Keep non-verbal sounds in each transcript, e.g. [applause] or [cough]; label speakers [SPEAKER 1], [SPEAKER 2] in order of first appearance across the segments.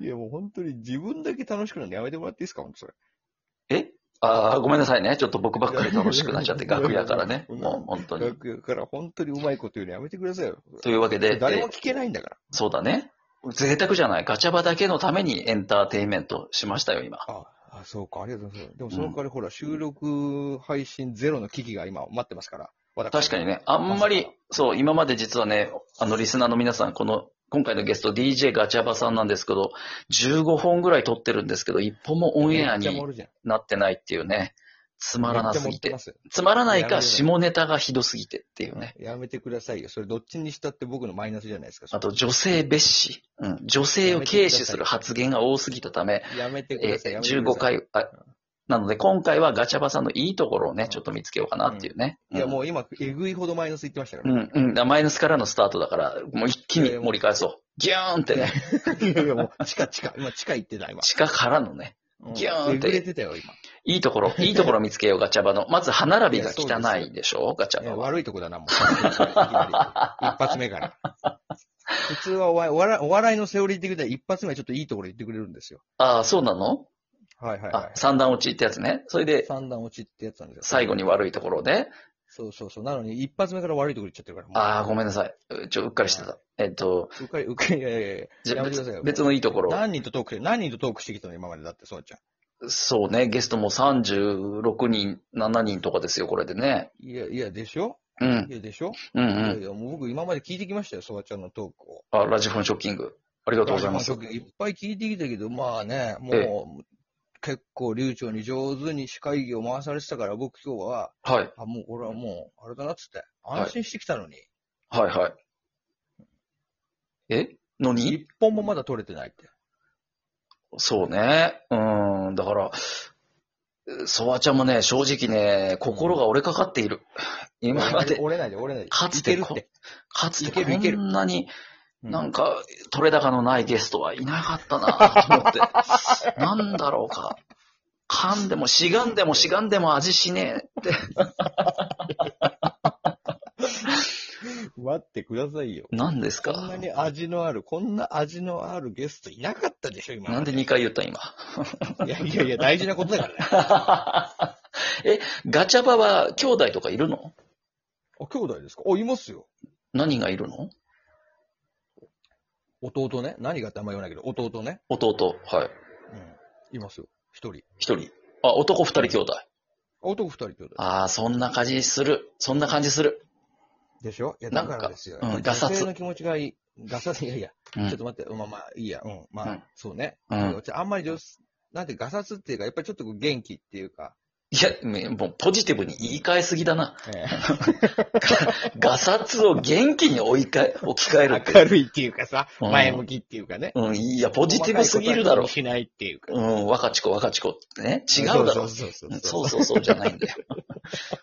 [SPEAKER 1] いや、もう本当に自分だけ楽しくなるのやめてもらっていいですか、本当それ。
[SPEAKER 2] えああ、ごめんなさいね。ちょっと僕ばっかり楽しくなっち
[SPEAKER 1] [laughs]
[SPEAKER 2] ゃって、
[SPEAKER 1] いやいや
[SPEAKER 2] 楽
[SPEAKER 1] いや
[SPEAKER 2] 屋からね。
[SPEAKER 1] うん
[SPEAKER 2] もう本当に。
[SPEAKER 1] 楽屋から本当にうまいこと言うのやめてくださいよ。
[SPEAKER 2] というわけで、
[SPEAKER 1] 誰も
[SPEAKER 2] え
[SPEAKER 1] 聞けないんだから。
[SPEAKER 2] そうだね。贅沢じゃない。ガチャバだけのためにエンターテインメントしましたよ、今。
[SPEAKER 1] ああ、そうか、ありがとうございます。でもその代わり、ほら、収録配信ゼロの危機が今待ってますから。私
[SPEAKER 2] 確かに。ね、あんまり、そう、今まで実はね、あの、リスナーの皆さん、この、今回のゲスト DJ ガチャバさんなんですけど、15本ぐらい撮ってるんですけど、1本もオンエ
[SPEAKER 1] めっ
[SPEAKER 2] ア
[SPEAKER 1] ちゃ盛
[SPEAKER 2] に
[SPEAKER 1] るじゃん。
[SPEAKER 2] なってないっていうね、つまらなす
[SPEAKER 1] め
[SPEAKER 2] ぎ
[SPEAKER 1] っちゃ盛って
[SPEAKER 2] て
[SPEAKER 1] ま。すよ
[SPEAKER 2] つまらない
[SPEAKER 1] や
[SPEAKER 2] か、
[SPEAKER 1] めろよ
[SPEAKER 2] 下ネタがひどすぎてっていうね。
[SPEAKER 1] やめてくださいよ。それどっちにしたって僕のマイナスじゃないですか。
[SPEAKER 2] あと、女性蔑視。うん。女性を軽視する発言が多すぎたため、
[SPEAKER 1] やめてく
[SPEAKER 2] え
[SPEAKER 1] ださい。
[SPEAKER 2] ー、
[SPEAKER 1] やめてくだ
[SPEAKER 2] 15
[SPEAKER 1] さい。
[SPEAKER 2] 回、あ、なので今回はガチャバさんのいいところをね、ちょっと見つけようかなっていうね。
[SPEAKER 1] いや、もう今、えぐいほどマイナス言ってましたか
[SPEAKER 2] [laughs] う
[SPEAKER 1] ら。
[SPEAKER 2] ん、うん、うん。マイナスからのスタートだから、もう一気に盛り返そう。ギューンってね。
[SPEAKER 1] い [laughs] やいや、もう、地下地下。今、地下行ってた、今。
[SPEAKER 2] 地下からのね、
[SPEAKER 1] うん
[SPEAKER 2] ギューン
[SPEAKER 1] え
[SPEAKER 2] って
[SPEAKER 1] ぐれてたよ、今。
[SPEAKER 2] いいとこ
[SPEAKER 1] [laughs]
[SPEAKER 2] ろ、いいところ見つけよう、ガチャバの。まず歯並びが汚
[SPEAKER 1] いやそうです
[SPEAKER 2] いでしょ、ガチャ
[SPEAKER 1] いや
[SPEAKER 2] バは。
[SPEAKER 1] 悪いとこだな、もう。いきなり一発目から。普通はお笑いお笑いお笑いのセオリー的では一発目はちょっといいところ言ってくれるんですよ。
[SPEAKER 2] ああ、そうなの
[SPEAKER 1] はいはいは
[SPEAKER 2] あ
[SPEAKER 1] い、。
[SPEAKER 2] 三段落ちってやつね。それで、
[SPEAKER 1] 三段落ちってやつなんですよ。
[SPEAKER 2] 最後に悪いところで、
[SPEAKER 1] そうそうそう。なのに一発目から悪いところ言っちゃってるから。もう
[SPEAKER 2] ああ、ごめんなさい。うちょ、うっかりしてた。えっと、
[SPEAKER 1] うっかり、うっかり、いやいやいや。
[SPEAKER 2] じゃ
[SPEAKER 1] や
[SPEAKER 2] あ
[SPEAKER 1] めてく
[SPEAKER 2] 別
[SPEAKER 1] ださいよ
[SPEAKER 2] 別のいいところ。
[SPEAKER 1] 何人とトークして、何人とトークしてきたの今までだって、そうちゃん。
[SPEAKER 2] そうね、ゲストも36人、7人とかですよ、これでね。
[SPEAKER 1] いや、いや、でしょ
[SPEAKER 2] うん、
[SPEAKER 1] いや、でしょ、
[SPEAKER 2] うん、う
[SPEAKER 1] いやい
[SPEAKER 2] ん。
[SPEAKER 1] や、もう僕今まで聞いてきましたよ、ソワちゃんのトークを。
[SPEAKER 2] あ、ラジフォンショッキング。ありがとうございます
[SPEAKER 1] ラ。ジオの曲いっぱい聞いてきたけど、まあね、も
[SPEAKER 2] え
[SPEAKER 1] う、結構流暢に上手に司会業回されてたから、僕今日は、
[SPEAKER 2] はい、
[SPEAKER 1] あ、もう俺はもう、あれだなっつって、
[SPEAKER 2] い
[SPEAKER 1] 安心してきたのに、
[SPEAKER 2] はい、はい。えのに
[SPEAKER 1] 一本もまだ取れてないって。
[SPEAKER 2] そうね。うん。だから、ソワちゃんもね、正直ね、心が折れかかっている。今まで、
[SPEAKER 1] 折れないで、折れないで。
[SPEAKER 2] かつ
[SPEAKER 1] い
[SPEAKER 2] て
[SPEAKER 1] ける
[SPEAKER 2] こ
[SPEAKER 1] って。
[SPEAKER 2] かつ
[SPEAKER 1] いけるい
[SPEAKER 2] て
[SPEAKER 1] け
[SPEAKER 2] こ
[SPEAKER 1] る
[SPEAKER 2] んなに、な
[SPEAKER 1] うん
[SPEAKER 2] んか、取れ高のないゲストはいなかったな
[SPEAKER 1] [laughs]
[SPEAKER 2] と思って。なんだろうか。噛んでも、しがんでも、しがんでも味しねえって。
[SPEAKER 1] 待ってくださいよ。
[SPEAKER 2] 何です
[SPEAKER 1] こん
[SPEAKER 2] か
[SPEAKER 1] なに味のある、こんな味のあるゲストいなかったでしょ、今
[SPEAKER 2] な
[SPEAKER 1] ま
[SPEAKER 2] んで
[SPEAKER 1] で。
[SPEAKER 2] 2回言った今。 [laughs]
[SPEAKER 1] いやいやいや、大事なことだからね。 [laughs]
[SPEAKER 2] え、ガチャバは兄弟とかいるの
[SPEAKER 1] あ、兄弟ですかお、いますよ。
[SPEAKER 2] 何がいるの
[SPEAKER 1] 弟ね。何がってあんま言わないけど、弟ね。
[SPEAKER 2] 弟。はい。
[SPEAKER 1] うん。いますよ。一人。
[SPEAKER 2] 一人。あ、男二人兄弟。
[SPEAKER 1] 男二人兄弟。
[SPEAKER 2] ああ、そんな感じする。そんな感じする。
[SPEAKER 1] でしょいや、
[SPEAKER 2] な
[SPEAKER 1] だ
[SPEAKER 2] んか
[SPEAKER 1] からですよ。
[SPEAKER 2] う
[SPEAKER 1] や
[SPEAKER 2] ん
[SPEAKER 1] っぱり
[SPEAKER 2] ガサツ
[SPEAKER 1] 女性の気持ちがいい。ガサツ、いやいや、
[SPEAKER 2] う
[SPEAKER 1] ちょっ
[SPEAKER 2] ん。
[SPEAKER 1] と待って、まあまあ、いいや、うん、まあ、
[SPEAKER 2] うん
[SPEAKER 1] そうね。
[SPEAKER 2] うん、
[SPEAKER 1] ちょあんまり女子、なんてガサツっていうか、やっぱりちょっとこう元気っていうか、
[SPEAKER 2] いや、ねもうポジティブに言い換えすぎだな。
[SPEAKER 1] え
[SPEAKER 2] ガサツを元気に追いかえ [laughs] 置き換えるっ
[SPEAKER 1] え
[SPEAKER 2] て。
[SPEAKER 1] 明るいっていうかさ、
[SPEAKER 2] うん
[SPEAKER 1] 前向きっていうかね。
[SPEAKER 2] うん、いや、ポジティブすぎるだ
[SPEAKER 1] 細かいことは気。
[SPEAKER 2] ろ
[SPEAKER 1] にしないっていうか。
[SPEAKER 2] うん、若ちこ若ちこってね。違うだろ。うん
[SPEAKER 1] そうそうそう
[SPEAKER 2] そううそうそうじゃないんだよ。男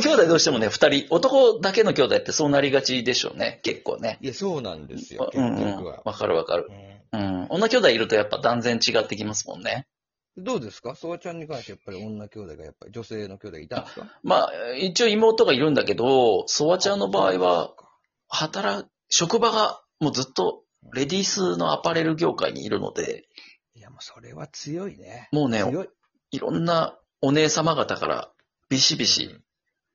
[SPEAKER 2] 兄弟どうしてもね、二人、男だけの兄弟ってそうなりがちでしょうね、結構ね。
[SPEAKER 1] いや、そうなんですよ、
[SPEAKER 2] う
[SPEAKER 1] 結
[SPEAKER 2] んうん。
[SPEAKER 1] 局は。
[SPEAKER 2] わかるわかる。
[SPEAKER 1] うん
[SPEAKER 2] うん。女兄弟いるとやっぱ断然違ってきますもんね。
[SPEAKER 1] どうですかソワちゃんに関してやっぱり女兄弟がやっぱり女性の兄弟いたんですか
[SPEAKER 2] まあ、一応妹がいるんだけど、ソワちゃんの場合は、、働、職場がもうずっとレディースのアパレル業界にいるので、
[SPEAKER 1] いや、もうそれは強いね。
[SPEAKER 2] もうね、
[SPEAKER 1] 強い。
[SPEAKER 2] いろんなお姉様方からビシビシ、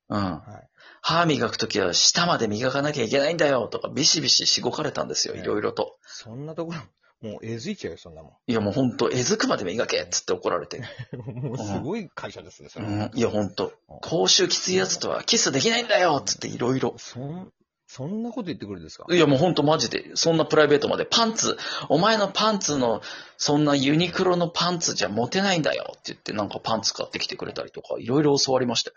[SPEAKER 2] うん。
[SPEAKER 1] はい。
[SPEAKER 2] 歯磨くときは舌まで磨かなきゃいけないんだよとかビシビシしごかれたんですよ、
[SPEAKER 1] ね
[SPEAKER 2] いろいろと。
[SPEAKER 1] そんなところ、もうえずいちゃうよ、そんなも
[SPEAKER 2] いやもうほんと、えずくまで磨けっつって怒られて。
[SPEAKER 1] ん。もうすごい会社ですね、そうれ。
[SPEAKER 2] ん、いやほんと、口臭きついやつとはキスできないんだよっつっていろいろ。
[SPEAKER 1] そん、そんなこと言ってくるんですか
[SPEAKER 2] いやもうほんとマジで、そんなプライベートまでパンツ、お前のパンツの、そんなユニクロのパンツじゃ持てないんだよって言ってなんかパンツ買ってきてくれたりとか、いろいろ教わりましたよ。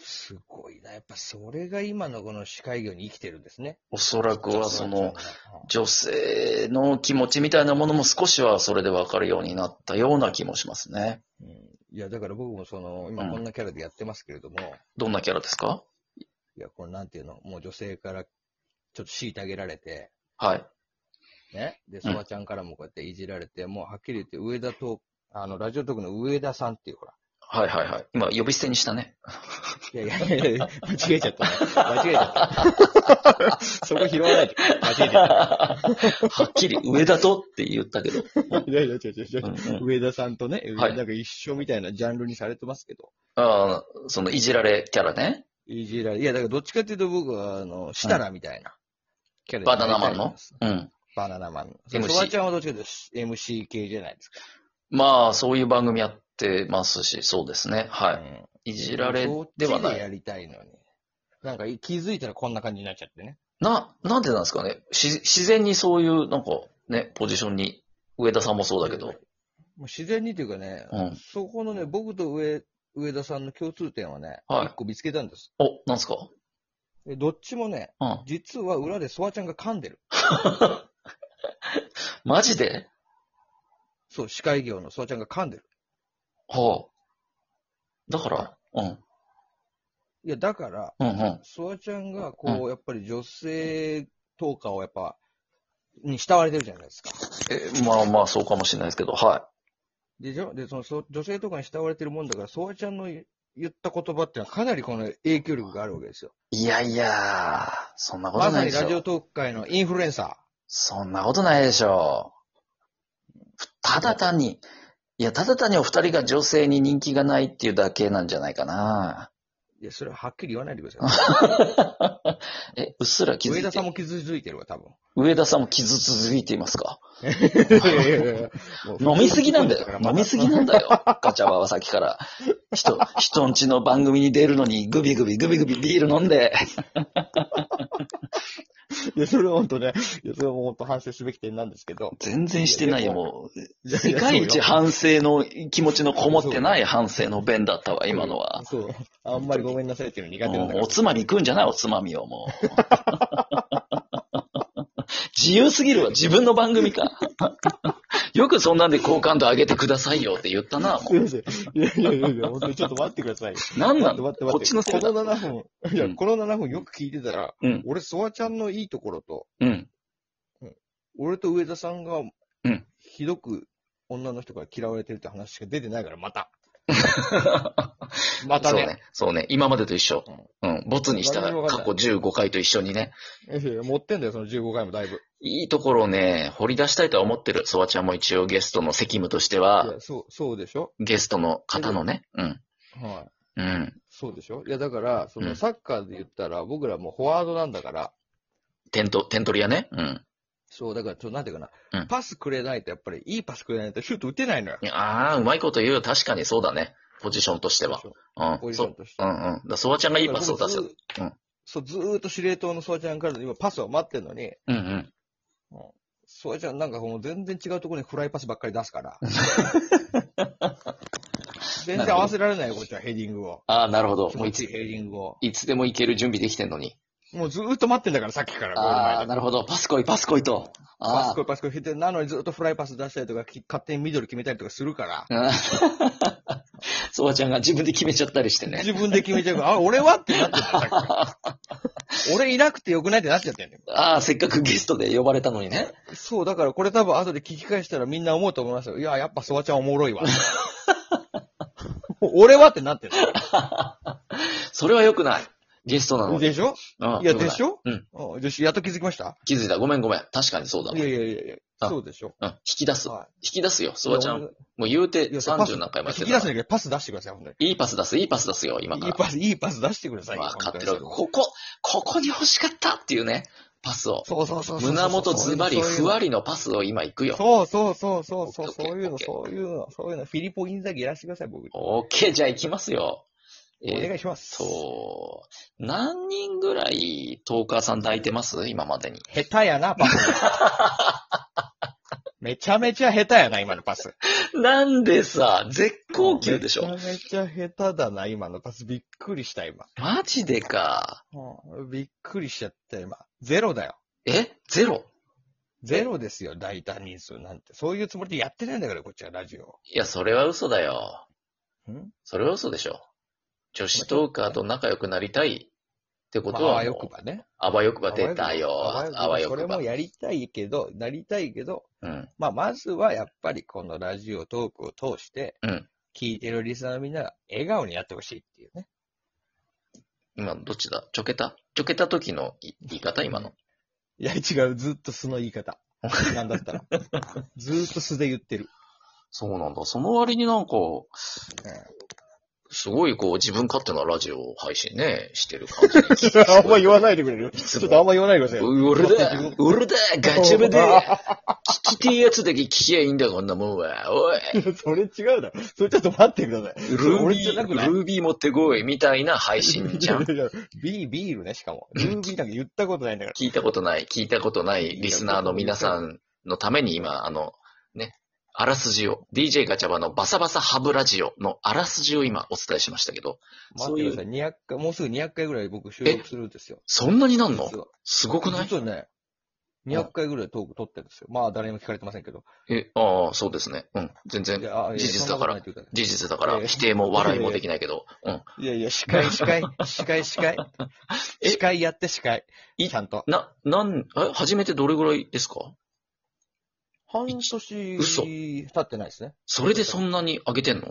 [SPEAKER 1] すごいな。やっぱそれが今のこの司会業に生きてるんですね。
[SPEAKER 2] おそらくはその、
[SPEAKER 1] う
[SPEAKER 2] 女性の気持ちみたいなものも少しはそれでわかるようになったような気もしますね。
[SPEAKER 1] ん。いや、だから僕もその、今こんなキャラでやってますけれども、
[SPEAKER 2] どんなキャラですか
[SPEAKER 1] いや、このなんていうの、もう女性からちょっと虐げられて、
[SPEAKER 2] はい。
[SPEAKER 1] ね。で、
[SPEAKER 2] うん
[SPEAKER 1] そばちゃんからもこうやっていじられて、もうはっきり言って上田と、あの、ラジオトークの上田さんっていうほら、
[SPEAKER 2] はいはいはい。今、呼び捨てにしたね。
[SPEAKER 1] いやいやいやいや、間違えちゃった。間違えちゃった。そこ拾わないで。間違えち [laughs] ゃっ
[SPEAKER 2] はっきり上だとって言ったけど。
[SPEAKER 1] た。いやいや違う違う違
[SPEAKER 2] う
[SPEAKER 1] うん
[SPEAKER 2] うん
[SPEAKER 1] 上田さんとね、
[SPEAKER 2] はい
[SPEAKER 1] なんか一緒みたいなジャンルにされてますけど。
[SPEAKER 2] ああ、そのいじられキャラね。
[SPEAKER 1] いじられ。いや、だからどっちかっていうと僕は、あの、設楽みたいな。キャラ
[SPEAKER 2] バ
[SPEAKER 1] にな
[SPEAKER 2] ナ
[SPEAKER 1] り
[SPEAKER 2] ナ
[SPEAKER 1] たい
[SPEAKER 2] マンの
[SPEAKER 1] です
[SPEAKER 2] うん。
[SPEAKER 1] バナナマン。
[SPEAKER 2] MC
[SPEAKER 1] そばちゃんはどっちかというと MC 系じゃないですか。
[SPEAKER 2] まあ、そういう番組やってますし、そうですね。は
[SPEAKER 1] い。
[SPEAKER 2] い。いじられでは
[SPEAKER 1] そっ
[SPEAKER 2] な
[SPEAKER 1] ちでや
[SPEAKER 2] い。
[SPEAKER 1] りたいのに。なんか気づいたらこんな感じになっちゃってね。
[SPEAKER 2] な、なんでなんですかね。し自然にそういう、なんか、ね、ポジションに、上田さんもそうだけど。
[SPEAKER 1] もう自然にというかね、
[SPEAKER 2] うん
[SPEAKER 1] そこのね、僕と上上田さんの共通点はね、
[SPEAKER 2] はい
[SPEAKER 1] 一個見つけたんです。
[SPEAKER 2] お、なんですか
[SPEAKER 1] でどっちもね、
[SPEAKER 2] うん。
[SPEAKER 1] 実は裏でソワちゃんが噛んでる。
[SPEAKER 2] [laughs] マジで
[SPEAKER 1] そう、司会業のソワちゃんが噛んでる。
[SPEAKER 2] はあ。だから、うん。
[SPEAKER 1] いや、だから、
[SPEAKER 2] うんうん。
[SPEAKER 1] ソワちゃんが、こう、やっぱり女性とかをやっぱ、に慕われてるじゃないですか。
[SPEAKER 2] え、まあまあ、そうかもしれないですけど、は
[SPEAKER 1] で、じょでそのそ女性とかに慕われてるもんだから、ソワちゃんの言言った言葉ってのはかなりこの影響力があるわけですよ。
[SPEAKER 2] い。いやいや、そんなこと
[SPEAKER 1] ま
[SPEAKER 2] な
[SPEAKER 1] さ
[SPEAKER 2] いで
[SPEAKER 1] に
[SPEAKER 2] し
[SPEAKER 1] ラジオ
[SPEAKER 2] ょ。
[SPEAKER 1] トーク界のインフルエンサー。
[SPEAKER 2] そんなことないでしょ。ただ単に、いや、ただ単にお二人が女性に人気がないっていうだけなんじゃないかな。
[SPEAKER 1] いや、それははっきり言わないでくださ
[SPEAKER 2] え、うっすら
[SPEAKER 1] い。
[SPEAKER 2] 傷つ
[SPEAKER 1] 上
[SPEAKER 2] い
[SPEAKER 1] 田
[SPEAKER 2] て
[SPEAKER 1] さんも傷ついてるわ、多分。
[SPEAKER 2] 上田さんも傷ついていますか
[SPEAKER 1] 飲
[SPEAKER 2] [laughs] 飲みすぎなん
[SPEAKER 1] [laughs]
[SPEAKER 2] だよ。飲みすぎなんん [laughs] だよ。ガチャバはさっきから。人、人んちの番組に出るのに、グビグビグビグビビール飲んで。
[SPEAKER 1] いや、それは本当ね、いや、それはもう本当反省すべき点なんですけど。
[SPEAKER 2] 全然してないよ、もう。 [laughs] 世
[SPEAKER 1] 世
[SPEAKER 2] 界一反省の気持ちのこもってない反省の弁だったわ、
[SPEAKER 1] 省
[SPEAKER 2] 今のは。
[SPEAKER 1] そう。あんまりごめんなさいっていうの苦手なんだ
[SPEAKER 2] もう
[SPEAKER 1] か
[SPEAKER 2] おつまみ食うんじゃないおつまみを、もう。 [laughs] 自由すぎるわ、自分の番組 [laughs] か。よくそんなんで好感度上げてくださいよって言ったな、
[SPEAKER 1] ら。
[SPEAKER 2] も
[SPEAKER 1] すいません。いやいやいやいや、本当にちょっと待ってくださいよ。
[SPEAKER 2] う。なんな
[SPEAKER 1] 待って
[SPEAKER 2] の
[SPEAKER 1] 待って
[SPEAKER 2] こっちのせいだ
[SPEAKER 1] こ。の7分、いうや、
[SPEAKER 2] ん
[SPEAKER 1] この7分よく聞いてたら、
[SPEAKER 2] うん
[SPEAKER 1] 俺、ソワちゃんのいいところと、
[SPEAKER 2] うん。
[SPEAKER 1] 俺と上田さんが、
[SPEAKER 2] ん
[SPEAKER 1] ひどく女の人から嫌われてるって話しか出てないから、ま
[SPEAKER 2] [laughs]
[SPEAKER 1] た。また
[SPEAKER 2] そう
[SPEAKER 1] ね。
[SPEAKER 2] ね。そうね。今までと一緒。うん。ボツにした
[SPEAKER 1] 何
[SPEAKER 2] 過去
[SPEAKER 1] もわかんない
[SPEAKER 2] 15回と一緒にね。
[SPEAKER 1] いやいや持ってんだよ、その15回もだいぶ。
[SPEAKER 2] いいところをね、掘り出したいとは思ってる。ソワちゃんも一応ゲストの責務として
[SPEAKER 1] い
[SPEAKER 2] は、
[SPEAKER 1] や、そう、そうでしょ
[SPEAKER 2] ゲストの方のね。うん。
[SPEAKER 1] はい。
[SPEAKER 2] うん。
[SPEAKER 1] そうでしょいや、だから、そ
[SPEAKER 2] うん
[SPEAKER 1] のサッカーで言ったら、僕らもうフォワードなんだから、
[SPEAKER 2] 点と、点取り屋ね。うん。
[SPEAKER 1] そう、だから、ちょっとなんていうかな、
[SPEAKER 2] うん
[SPEAKER 1] パスくれないと、やっぱり、いいパスくれないと、シュート打てないのよ。
[SPEAKER 2] ああ、うまいこと言うよ。確かにそうだね。ポジションとしては
[SPEAKER 1] そう。でしょ
[SPEAKER 2] う
[SPEAKER 1] ポ
[SPEAKER 2] ん。
[SPEAKER 1] ジションと
[SPEAKER 2] そう。
[SPEAKER 1] して
[SPEAKER 2] う。んうん。だソワちゃんがいいパスを出す。うん
[SPEAKER 1] そう、ずーっと司令塔のソワちゃんから今パスを待ってるのに、
[SPEAKER 2] うん。
[SPEAKER 1] ソワちゃんなんかもう全然違うところにフライパスばっかり出す
[SPEAKER 2] [laughs]
[SPEAKER 1] から。全然合わせられないよ、こっちはヘディングを。
[SPEAKER 2] ああ、なるほど。
[SPEAKER 1] 気
[SPEAKER 2] もう
[SPEAKER 1] 持
[SPEAKER 2] い
[SPEAKER 1] ちいい
[SPEAKER 2] つ、
[SPEAKER 1] ヘディングを。
[SPEAKER 2] いつでもいける準備できてんのに。
[SPEAKER 1] もうずーっと待ってんだから、さっきから。ゴール前
[SPEAKER 2] あ
[SPEAKER 1] で
[SPEAKER 2] あ、なるほど。パス来い、パス来いと。
[SPEAKER 1] パ
[SPEAKER 2] あ
[SPEAKER 1] スコイパスコイ振って、なのにずっとフライパス出したり
[SPEAKER 2] [laughs]
[SPEAKER 1] とか、き勝手にミドル決めたりとかするから、
[SPEAKER 2] あ。 [laughs] ソワちゃんが自分で決めちゃったりしてね。
[SPEAKER 1] 自分で決めちゃうから、あ、俺はってなってたよさっき
[SPEAKER 2] [laughs]
[SPEAKER 1] から。俺いなくてよくないってなっちゃったよね。
[SPEAKER 2] ああ、せっかくゲストで呼ばれたのにね。
[SPEAKER 1] そう、だからこれ多分後で聞き返したらみんな思うと思いますよ。いや、やっぱソワちゃんおも
[SPEAKER 2] [laughs]
[SPEAKER 1] ろいわ。もう俺はってなってる。
[SPEAKER 2] それは良くない。ゲストなのに。
[SPEAKER 1] でしょ
[SPEAKER 2] うん
[SPEAKER 1] いや、でし
[SPEAKER 2] ょ
[SPEAKER 1] ょ
[SPEAKER 2] うん。
[SPEAKER 1] うん。でしやっと気づきました
[SPEAKER 2] 気づいた。ごめんごめん。確かにそうだわ。
[SPEAKER 1] いやいやいやい
[SPEAKER 2] あ
[SPEAKER 1] や、そうでしょ。
[SPEAKER 2] うん。引き出す。引
[SPEAKER 1] は
[SPEAKER 2] き出す
[SPEAKER 1] い
[SPEAKER 2] よ。ソワちゃん。
[SPEAKER 1] いや
[SPEAKER 2] もう言うて
[SPEAKER 1] いやそうパス
[SPEAKER 2] 30何回もやって
[SPEAKER 1] 引き
[SPEAKER 2] たか
[SPEAKER 1] 出
[SPEAKER 2] ら
[SPEAKER 1] すんだけど、パス出してください、ほんとに。
[SPEAKER 2] いいパス出す、いいパス出すよ、今か
[SPEAKER 1] いい
[SPEAKER 2] ら。
[SPEAKER 1] パス、いいパス出してくださいよ。
[SPEAKER 2] まあ、勝ってる
[SPEAKER 1] 本当
[SPEAKER 2] わけ
[SPEAKER 1] に
[SPEAKER 2] ここ、ここに欲しかったっていうね、パスを。
[SPEAKER 1] そうそうそうそうそう。
[SPEAKER 2] 胸元ズバリ、
[SPEAKER 1] そういうの
[SPEAKER 2] ふわりのパスを今行くよ。
[SPEAKER 1] そうそうそうそうそう、
[SPEAKER 2] オッ
[SPEAKER 1] そ
[SPEAKER 2] ケーオッケー
[SPEAKER 1] ういう
[SPEAKER 2] オ
[SPEAKER 1] の、
[SPEAKER 2] ッケー
[SPEAKER 1] そういうの、そういうの、フィリポ・インザギやらせてください、僕。お
[SPEAKER 2] オッケー、じゃあ行きますよ。えー
[SPEAKER 1] 願いします。
[SPEAKER 2] そう。何人ぐらい、トーカーさん抱いてます今までに。
[SPEAKER 1] 下手やな、パス。
[SPEAKER 2] [laughs]
[SPEAKER 1] めちゃめちゃ下手やな、今のパス。
[SPEAKER 2] なんでさ、絶好級でしょ。
[SPEAKER 1] めちゃめちゃ下手だな、今のパス。びっくりした、今。
[SPEAKER 2] マジでか。
[SPEAKER 1] うんびっくりしちゃった、今。ゼロだよ。
[SPEAKER 2] えゼロ
[SPEAKER 1] ゼロですよ、大胆人数なんて。そういうつもりでやってないんだから、こっちはラジオ。
[SPEAKER 2] いや、それは嘘だよ。
[SPEAKER 1] ん
[SPEAKER 2] それは嘘でしょ。女子トーカーと仲良くなりたいってこと
[SPEAKER 1] まああ
[SPEAKER 2] は
[SPEAKER 1] わよ
[SPEAKER 2] も
[SPEAKER 1] く
[SPEAKER 2] う、
[SPEAKER 1] ばね。
[SPEAKER 2] あばよくば出たよ。あ
[SPEAKER 1] あ
[SPEAKER 2] わ
[SPEAKER 1] わ
[SPEAKER 2] よ
[SPEAKER 1] よ
[SPEAKER 2] く
[SPEAKER 1] くば。それ
[SPEAKER 2] ば
[SPEAKER 1] も。やりたいけど、なりたいけど、
[SPEAKER 2] うん。
[SPEAKER 1] まあ、まずはやっぱりこのラジオトークを通して
[SPEAKER 2] うん、
[SPEAKER 1] 聞いてるリスナーのみんなが笑顔になってほしいっていうね。
[SPEAKER 2] 今、どっちだちょけたちょけた時のい言い方今の。
[SPEAKER 1] いや、違う。ずっと素の言い方。なんだったら。ずーっと素で言ってる。
[SPEAKER 2] そうなんだ。その割になんか、すごいこう、自分勝手なラジオ配信ね、してる感じに
[SPEAKER 1] [laughs] あんま言わ
[SPEAKER 2] な
[SPEAKER 1] な
[SPEAKER 2] い。
[SPEAKER 1] いでくれるよ。ち
[SPEAKER 2] つ
[SPEAKER 1] ょ
[SPEAKER 2] も
[SPEAKER 1] っとあんま言わないでくださいよ。
[SPEAKER 2] 俺だ
[SPEAKER 1] [laughs]
[SPEAKER 2] 俺だガチャムで聞
[SPEAKER 1] あ
[SPEAKER 2] きてえやつだけ聞きゃいいんだ、こんなもんは。おい
[SPEAKER 1] [laughs] それ違うだろ。それちょっと待ってくだ [laughs] さい。
[SPEAKER 2] ルー
[SPEAKER 1] 俺
[SPEAKER 2] ビ
[SPEAKER 1] じゃなくな
[SPEAKER 2] ー、
[SPEAKER 1] い
[SPEAKER 2] ルービー持ってこい、みたいな配
[SPEAKER 1] [laughs]
[SPEAKER 2] 信じゃん。
[SPEAKER 1] いやいやビー、ビールね、しかも。ルービーなんか言ったことないんだから。
[SPEAKER 2] 聞いたことない、聞いたことないリスナーの皆さんのために今、あの、ね、あらすじを、DJ ガチャバのバサバサハブラジオのあらすじを今お伝えしましたけど、
[SPEAKER 1] 待
[SPEAKER 2] そ
[SPEAKER 1] っ
[SPEAKER 2] う
[SPEAKER 1] て
[SPEAKER 2] い
[SPEAKER 1] くだ
[SPEAKER 2] う
[SPEAKER 1] さい。200回、もうすぐ200回ぐらい僕収録するんですよ。
[SPEAKER 2] そんなになんの
[SPEAKER 1] 実は
[SPEAKER 2] すごくない
[SPEAKER 1] 実はね、200回ぐらいトーク撮ってるんですよ。まあ、誰にも聞かれてませんけど。
[SPEAKER 2] え、ああ、そうですね。うん、全
[SPEAKER 1] い
[SPEAKER 2] 然。
[SPEAKER 1] やあいや
[SPEAKER 2] 事実だから
[SPEAKER 1] そんなことないって
[SPEAKER 2] 事実だか
[SPEAKER 1] え
[SPEAKER 2] ら、
[SPEAKER 1] え
[SPEAKER 2] 否定も笑いもできないけど、う
[SPEAKER 1] 言
[SPEAKER 2] ん。
[SPEAKER 1] うからいやいや、司会、司会、司会、司 [laughs] 会。
[SPEAKER 2] え
[SPEAKER 1] 司会やって、司会。
[SPEAKER 2] い
[SPEAKER 1] ちゃんと。
[SPEAKER 2] な、なん、え、始めてどれぐらいですか
[SPEAKER 1] 半年
[SPEAKER 2] 嘘
[SPEAKER 1] 経ってないですね。
[SPEAKER 2] それでそんなに上げてんの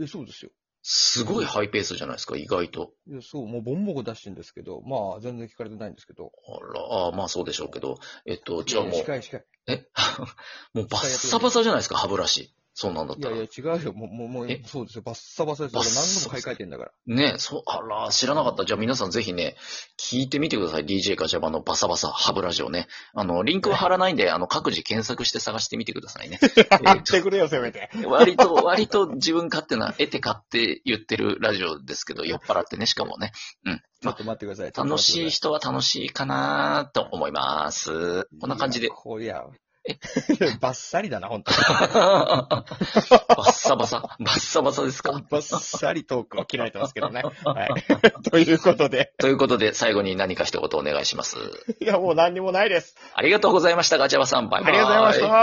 [SPEAKER 1] え、そうですよ。
[SPEAKER 2] すごいハイペースじゃないですか、意外と。
[SPEAKER 1] いや、そう、もうボンボコ出してるんですけど、まあ、全然聞かれてないんですけど。
[SPEAKER 2] あら、ああまあそうでしょうけど。えっと、じゃあもう
[SPEAKER 1] 司、会、司会。
[SPEAKER 2] え [laughs] もうバッサバサじゃないですか、歯ブラシ。そうなんだっ
[SPEAKER 1] い
[SPEAKER 2] た
[SPEAKER 1] やい
[SPEAKER 2] ら。
[SPEAKER 1] や、違うよ。もう、もう、もう
[SPEAKER 2] え、
[SPEAKER 1] そうですよ。バッサバサですよ。
[SPEAKER 2] バッ
[SPEAKER 1] 俺
[SPEAKER 2] サ
[SPEAKER 1] 何度も買い替えてんだ
[SPEAKER 2] [laughs]
[SPEAKER 1] から。
[SPEAKER 2] ねえ、そう、あら、知らなかった。じゃあ皆さんぜひね、聞いてみてください。DJ ガチャバのバサバサ歯ブラシをね。あの、リンクは貼らないんで、あの、各自検索して探してみてくださ
[SPEAKER 1] [laughs]
[SPEAKER 2] いね。えーと
[SPEAKER 1] くれよ、せめて。
[SPEAKER 2] [laughs] 割と、割と自分勝手な、得て買って言ってるラジオですけど、酔っ払ってね、しかもね。
[SPEAKER 1] ちょっと待ってください。
[SPEAKER 2] 楽しい人は楽しいかなと思います。こんな感
[SPEAKER 1] [laughs]
[SPEAKER 2] じで
[SPEAKER 1] いや。こういや。 [laughs] バッサリだな、本
[SPEAKER 2] [laughs]
[SPEAKER 1] 当に。
[SPEAKER 2] バッサバサ、バッサバサですか。
[SPEAKER 1] バッサリトークを切られてますけど
[SPEAKER 2] [laughs]
[SPEAKER 1] ね。はい。 [laughs] ということで。
[SPEAKER 2] ということで、最後に何か一言お願いします。
[SPEAKER 1] いや、もう何にもないです。
[SPEAKER 2] ありがとうございました、ガチャバさん。バイバ
[SPEAKER 1] あ
[SPEAKER 2] イ。
[SPEAKER 1] りがとうございました。